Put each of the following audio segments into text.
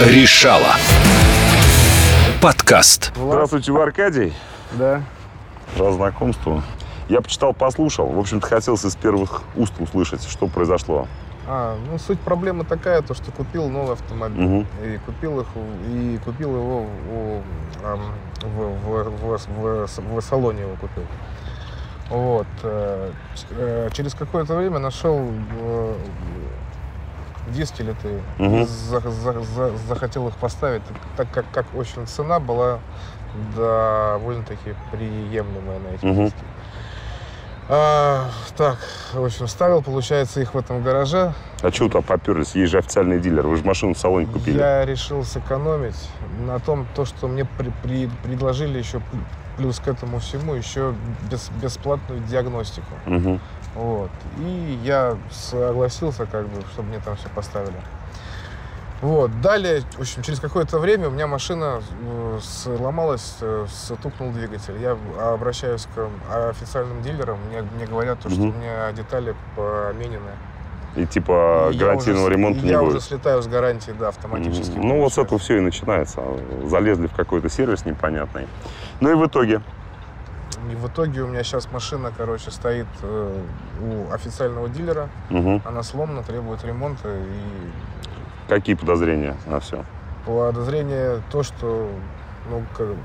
решала. Подкаст. Здравствуйте, вы Аркадий. Да. Раз знакомство. Я почитал, послушал. В общем-то, хотелось из первых уст услышать, что произошло. А, ну суть проблемы такая, то что купил новый автомобиль Мгм. и купил их у- и купил его у, ам, в, в- в- в- в- в салоне его купил. Вот э, ч- э, через какое-то время нашел э, диски литые, Мгм. За- за- за- захотел их поставить, так как как очень цена была довольно-таки приемлемая на эти Мгм. диски. А, так, в общем, ставил, получается, их в этом гараже. А чего туда поперлись? Есть же официальный дилер. Вы же машину в салоне купили. Я решил сэкономить на том, то, что мне при- при- предложили еще пл- плюс к этому всему еще бес- бесплатную диагностику. Мгм. Вот. И я согласился, как бы, чтобы мне там все поставили. Вот. Далее, в общем, через какое-то время у меня машина э, сломалась, э, стукнул двигатель. Я обращаюсь к официальным дилерам, мне, мне говорят, то, что у Мгм. меня детали поменены. И типа И я гарантийного уже с- ремонта и не я будет. уже слетаю с гарантии, да, Мгм. автоматически. Ну, вот с получается. этого все и начинается. Залезли в какой-то сервис непонятный. Ну и в итоге. И в итоге у меня сейчас машина, короче, стоит э, у официального дилера. Мгм. Она сломана, требует ремонта. И Какие подозрения на все? подозрение то, что ну, как бы,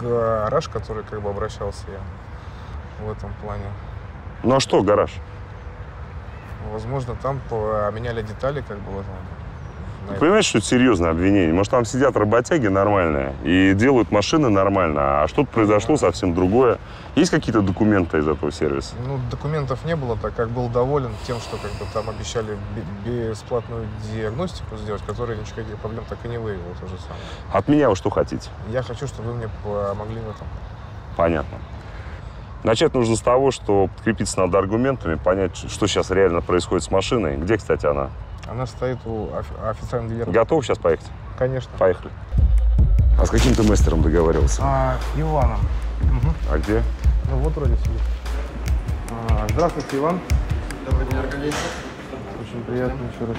гараж, который как бы обращался я в этом плане. Ну а что, гараж? Возможно, там поменяли детали, как бы вот. на этом. Понимаешь, что это серьезное обвинение? Может, там сидят работяги нормальные и делают машины нормально, а что-то произошло совсем другое. Есть какие-то документы из этого сервиса? Ну, документов не было, так как был доволен тем, что как бы там обещали бе- бесплатную диагностику сделать, которая никаких проблем так и не выявила то же самое. От меня вы что хотите? Я хочу, чтобы вы мне помогли в этом. Понятно. Начать нужно с того, что подкрепиться надо аргументами, понять, что сейчас реально происходит с машиной. Где, кстати, она? Она стоит у офи- официального дилера. Готов сейчас поехать? Конечно. Поехали. А с каким ты мастером договаривался? А, Иваном. Мгм. А где? Ну вот вроде сидит. А, здравствуйте, Иван. Добрый день, Очень приятно еще раз.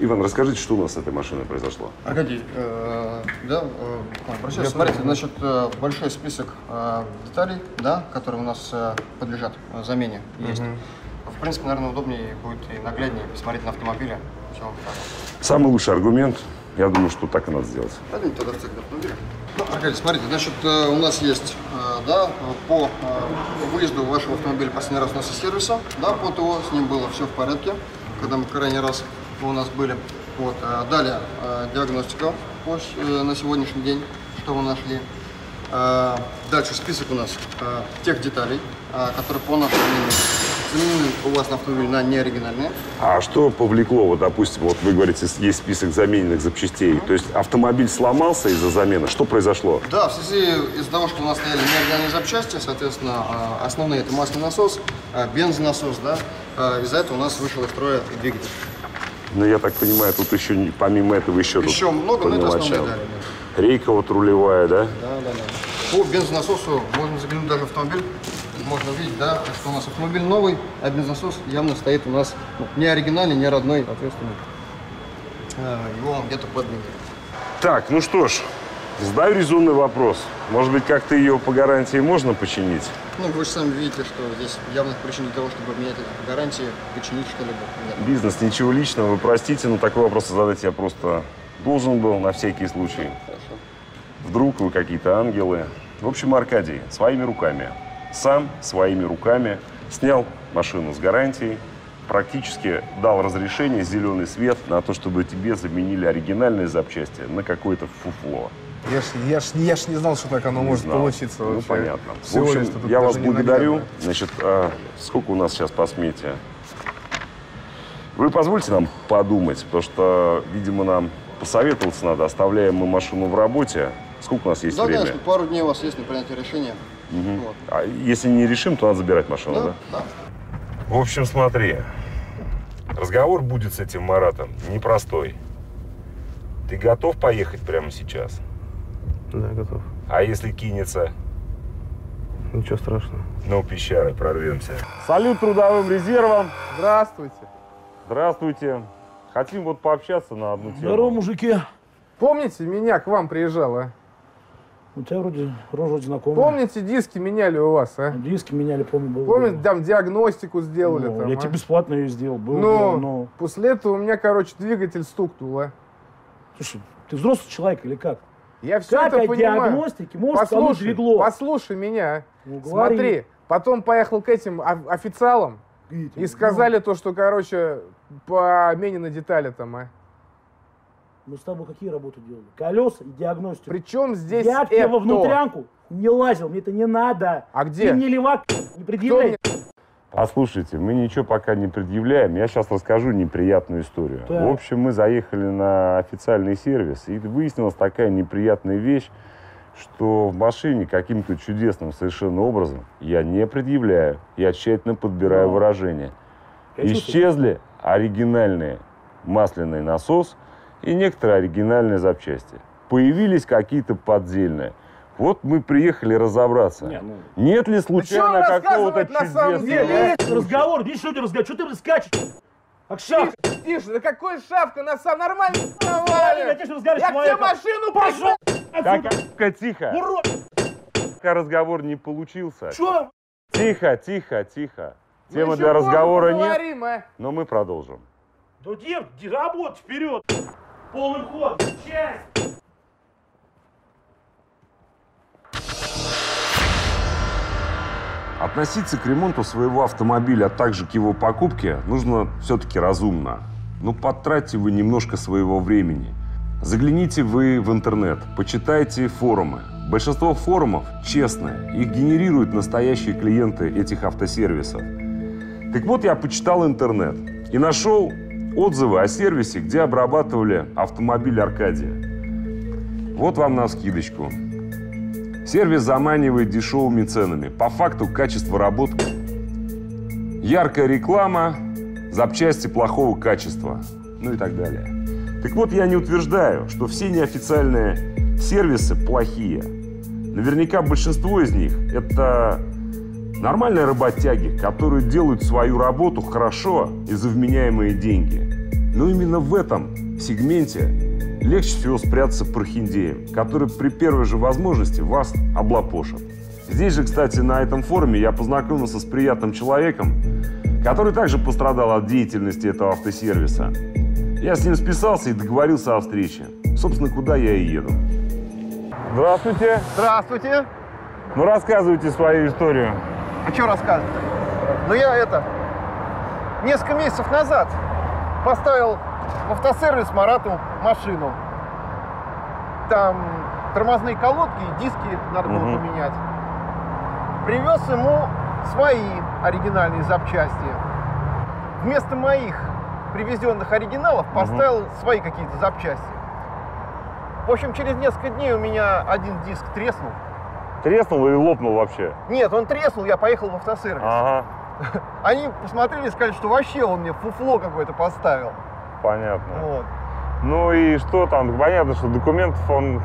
Иван, расскажите, что у нас с этой машиной произошло? Аркадий, э, да, э, обращаюсь. Я смотрите, понял. значит, э, большой список э, деталей, да, которые у нас э, подлежат э, замене, есть. В принципе, наверное, удобнее будет и нагляднее посмотреть на автомобиле, чем так. Самый лучший аргумент, я думаю, что так и надо сделать. Пойдем тогда в цикл автомобиля. Ну, Аркадий, смотрите, значит, э, у нас есть, э, да, э, по э, выезду вашего автомобиля последний раз у нас из сервиса, да, по ТО, с ним было все в порядке, когда мы крайний раз у нас были. Вот, э, далее э, диагностика по с- э, на сегодняшний день, что мы нашли. Э, Дальше список у нас э, тех деталей, э, которые по нашему мнению заменены у вас на автомобиле на неоригинальные. А что повлекло, вот, допустим, вот вы говорите, есть список замененных запчастей, то есть автомобиль сломался из-за замены, что произошло? Да, в связи из-за того, что у нас стояли неоригинальные запчасти, соответственно, а, основные это масляный насос, а, бензонасос, да, а, из-за этого у нас вышел из строя двигатель. Ну, я так понимаю, тут еще, не- помимо этого, еще, тут Еще много, но это помелочам. основные детали. Рейка вот рулевая, да? Да, да, да. По бензонасосу можно заглянуть даже в автомобиль. Можно увидеть, да, что у нас автомобиль новый, а бензонасос явно стоит у нас ну, не оригинальный, не родной, соответственно, а, его где-то подменили. Так, ну что ж, задаю резонный вопрос. Может быть, как-то ее по гарантии можно починить? Ну, вы же сами видите, что здесь явных причин для того, чтобы менять эти гарантии, починить что-либо. нет. Бизнес, ничего личного, вы простите, но такой вопрос задать я просто должен был на всякий случай. Хорошо. Вдруг вы какие-то ангелы. В общем, Аркадий своими руками, сам своими руками снял машину с гарантией, практически дал разрешение, зеленый свет на то, чтобы тебе заменили оригинальные запчасти на какое-то фуфло. Я ж, я ж- я ж не знал, что так оно Не может знал. получиться Ну, вообще. понятно. В Всего общем, лишь это я даже вас не благодарю. наглядно. Значит, а, сколько у нас сейчас по смете? Вы позвольте нам подумать, потому что, видимо, нам посоветоваться надо. Оставляем мы машину в работе. Сколько у нас есть Да, время? конечно, пару дней у вас есть на принятие решения. Вот. А если не решим, то надо забирать машину, Ну да? Да, да. В общем, смотри. Разговор будет с этим Маратом непростой. Ты готов поехать прямо сейчас? Да, готов. А если кинется, Ничего страшного. ну, пещеры прорвемся. Салют трудовым резервам. Здравствуйте. Здравствуйте. Хотим вот пообщаться на одну тему. Здорово, мужики. Помните, меня к вам приезжало? У тебя вроде рожа вроде знакомая. Помните, диски меняли у вас, а? Диски меняли, помню, был. Помните, там диагностику Ну, сделали там, Я а? тебе бесплатно ее сделал. Был, Ну, был, но... после этого у меня, короче, двигатель а? стукнуло. Слушай, ты взрослый человек или как? Я все Как это о понимаю. диагностике может кому двигло? послушай меня. Ну, говори. Смотри, потом поехал к этим о- официалам Видите, и сказали то, что, короче, поменены детали там, а. ну, Мы с тобой какие работы делали? Колеса и диагностику. Причем здесь я к тебе во это? внутрянку не лазил, мне это не надо. А где? Ты мне левак, не предъявляй. Послушайте, А мы ничего пока не предъявляем. Я сейчас расскажу неприятную историю. Так. В общем, мы заехали на официальный сервис, и выяснилась такая неприятная вещь, что в машине каким-то чудесным совершенно образом я не предъявляю, я тщательно подбираю Ну. выражения. Я чувствую. Исчезли оригинальные масляный насос и некоторые оригинальные запчасти. Появились какие-то поддельные. Вот мы приехали разобраться. Нет, ну, Нет ли случайно Да чё он какого-то рассказывает на самом чудесного... деле? Есть разговор, видишь, люди разговаривают, что ты выскачешь? Акша, Тише, да какой шапка, нас сам нормально я давали. тебе Я к тебе разговариваю машину пошел. отсюда, Так, тихо. урод, Пока разговор не получился. чё? Тихо, тихо, тихо. Мы Темы еще для позже разговора нет, поговорим, а. но мы продолжим. Да Ну, дев, работа вперед, полный ход, часть. Относиться к ремонту своего автомобиля, а также к его покупке, нужно все-таки разумно. Но потратьте вы немножко своего времени. Загляните вы в интернет, почитайте форумы. Большинство форумов честные, их генерируют настоящие клиенты этих автосервисов. Так вот, я почитал интернет и нашел отзывы о сервисе, где обрабатывали автомобиль Аркадия. Вот вам на скидочку. Сервис заманивает дешевыми ценами. По факту качество работ яркая реклама, запчасти плохого качества, ну и так далее. Так вот, я не утверждаю, что все неофициальные сервисы плохие. Наверняка большинство из них – это нормальные работяги, которые делают свою работу хорошо и за вменяемые деньги. Но именно в этом сегменте легче всего спрятаться прохиндеем, который при первой же возможности вас облапошит. Здесь же, кстати, на этом форуме я познакомился с приятным человеком, который также пострадал от деятельности этого автосервиса. Я с ним списался и договорился о встрече. Собственно, куда я и еду. Здравствуйте. Здравствуйте. Ну рассказывайте свою историю. А что рассказывать? Ну я это несколько месяцев назад поставил в автосервис Марату машину. Там тормозные колодки и диски надо было Мгм. поменять. Привез ему свои оригинальные запчасти. Вместо моих привезенных оригиналов поставил свои какие-то запчасти. В общем, через несколько дней у меня один диск треснул. Треснул или лопнул вообще? Нет, он треснул, я поехал в автосервис. Ага, Они посмотрели и сказали, что вообще он мне фуфло какое-то поставил. понятно. Вот. Ну и что там? Понятно, что документов он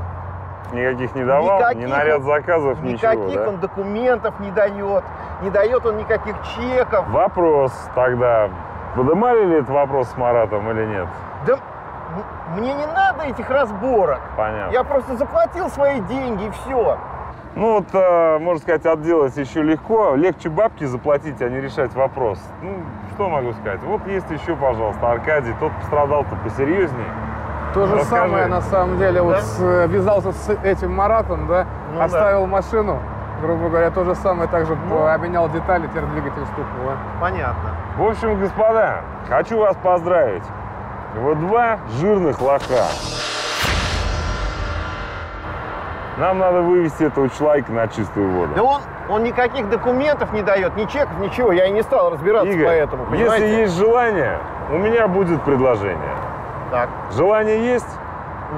никаких не давал, ни Никаких наряд он- заказов, никаких ничего, да? он документов не дает, не дает он никаких чеков. Вопрос тогда, поднимали ли этот вопрос с Маратом или нет? Да м- мне не надо этих разборок. Понятно. Я просто заплатил свои деньги и все. Ну вот, э, можно сказать, отделаться еще легко. Легче бабки заплатить, а не решать вопрос. Ну, что могу сказать? Вот есть еще, пожалуйста, Аркадий. Тот пострадал-то посерьезнее. То же Расскажи. самое, на самом деле, вот Да? с- э, вязался с этим Маратом, да, Ну да. оставил машину, грубо говоря, то же самое, также Ну. э, обменял детали, теперь двигатель стукнул. а. Понятно. В общем, господа, хочу вас поздравить. Вы два жирных лоха. Нам надо вывести этого человека на чистую воду. Да он, он никаких документов не дает, ни чеков, ничего. Я и не стал разбираться Игорь, по этому. если понимаете? есть желание, у меня будет предложение. Так, Желание есть?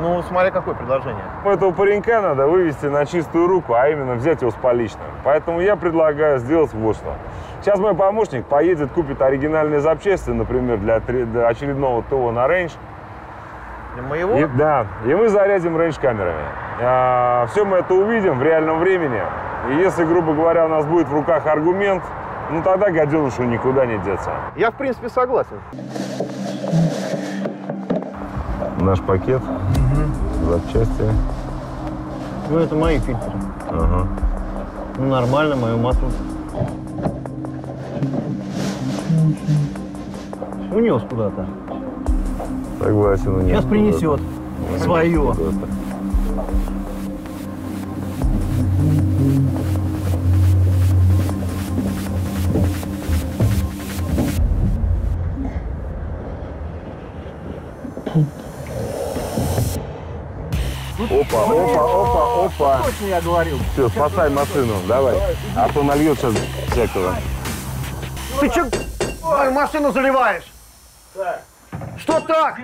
ну смотря какое предложение. Этого паренька надо вывести на чистую руку, а именно взять его с поличным. Поэтому я предлагаю сделать вот что. Сейчас мой помощник поедет, купит оригинальные запчасти, например, для, тре- для очередного ТО на рейндж. Для моего? И- да, и мы зарядим рейндж-камерами. все мы это увидим в реальном времени. И если, грубо говоря, у нас будет в руках аргумент, ну тогда гаденышу никуда не деться. Я в принципе согласен. наш пакет, запчасти. Ну, это мои фильтры. Ага. Ну, нормально, мое масло. Унес куда-то. Согласен. у него Сейчас принесет свое. куда-то. Опа, опа, опа, опа. Точно я говорил. Все, спасай машину, давай. А то нальет сейчас всякого. Ты че ой, машину заливаешь? Что так?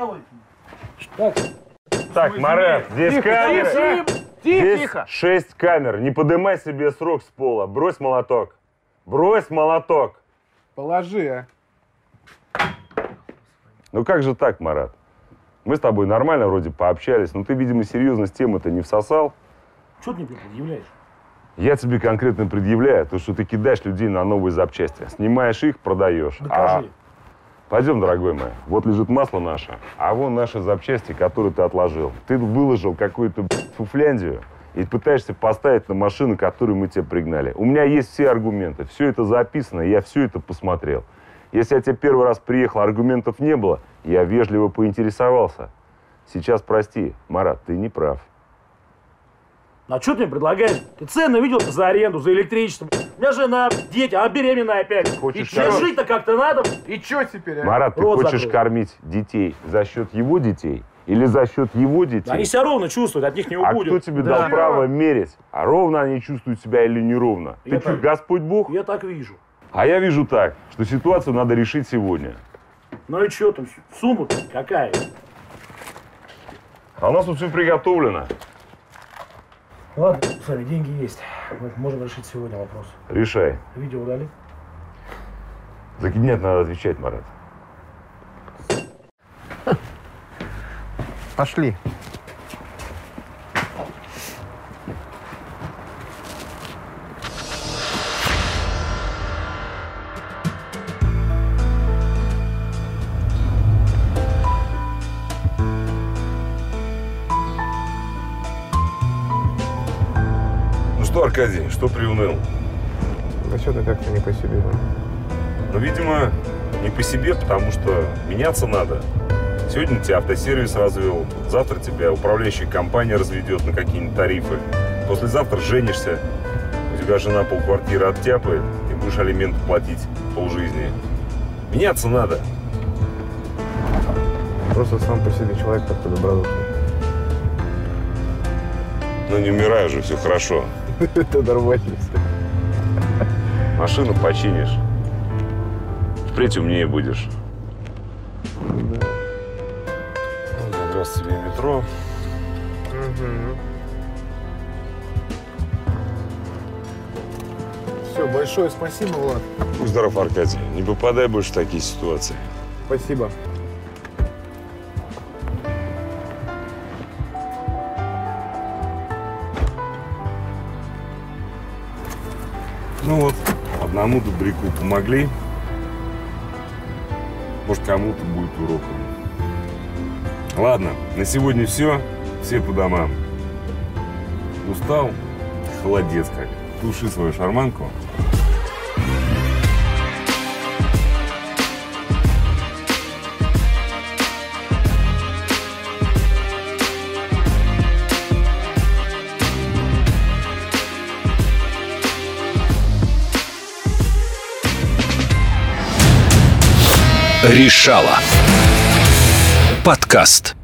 Так, Марат, здесь камеры. Здесь тихо. шесть камер. Не подымай себе срок с пола. Брось молоток. Брось молоток. Положи, а. Ну как же так, Марат? Мы с тобой нормально вроде пообщались, но ты, видимо, серьезно с темы-то не всосал. Чего ты мне предъявляешь? Я тебе конкретно предъявляю то, что ты кидаешь людей на новые запчасти. Снимаешь их, продаешь. А- Докажи. Пойдем, дорогой мой. Вот лежит масло наше, а вон наши запчасти, которые ты отложил. Ты выложил какую-то блядь, фуфляндию и пытаешься поставить на машину, которую мы тебе пригнали. У меня есть все аргументы, все это записано, я все это посмотрел. Если я тебе первый раз приехал, аргументов не было, я вежливо поинтересовался. Сейчас прости, Марат, ты не прав. А что ты мне предлагаешь? Ты цены видел за аренду, за электричество? У меня жена, дети, она беременна опять. Хочешь И чё, короче? жить-то как-то надо. И чё теперь, а? Марат, ты Рот хочешь закрыл. кормить детей за счет его детей или за счет его детей? Они себя ровно чувствуют, от них не А кто убудет. тебе дал право мерить? А ровно они чувствуют себя или неровно? Ты Я что, так- Господь Бог? Я так вижу. А я вижу так, что ситуацию надо решить сегодня. Ну и что там, сумма какая? А у нас тут все приготовлено. Ладно, смотри, деньги есть. Вот Можем решить сегодня вопрос. Решай. Видео удали? За киднет надо отвечать, Марат. Пошли. Ну что, Аркадий, что приуныл? Да что-то как-то не по себе. Ну, видимо, не по себе, потому что меняться надо. Сегодня тебя автосервис развел, завтра тебя управляющая компания разведет на какие-нибудь тарифы. Послезавтра женишься, у тебя жена полквартиры оттяпает, и будешь алименты платить полжизни. Меняться надо. Просто сам по себе человек как-то добродушный. Ну не умираю же, все хорошо. Это дорвались. Машину починишь. Впредь умнее будешь. Ну, как раз тебе метро. Все, большое спасибо, Влад. Будь Ну, здоров, Аркадий. Не попадай больше в такие ситуации. Спасибо. Ну вот, одному добряку помогли. Может, кому-то будет уроком. Ладно, на сегодня все. Все по домам. Устал? Холодец как. Туши свою шарманку. Решала. Подкаст.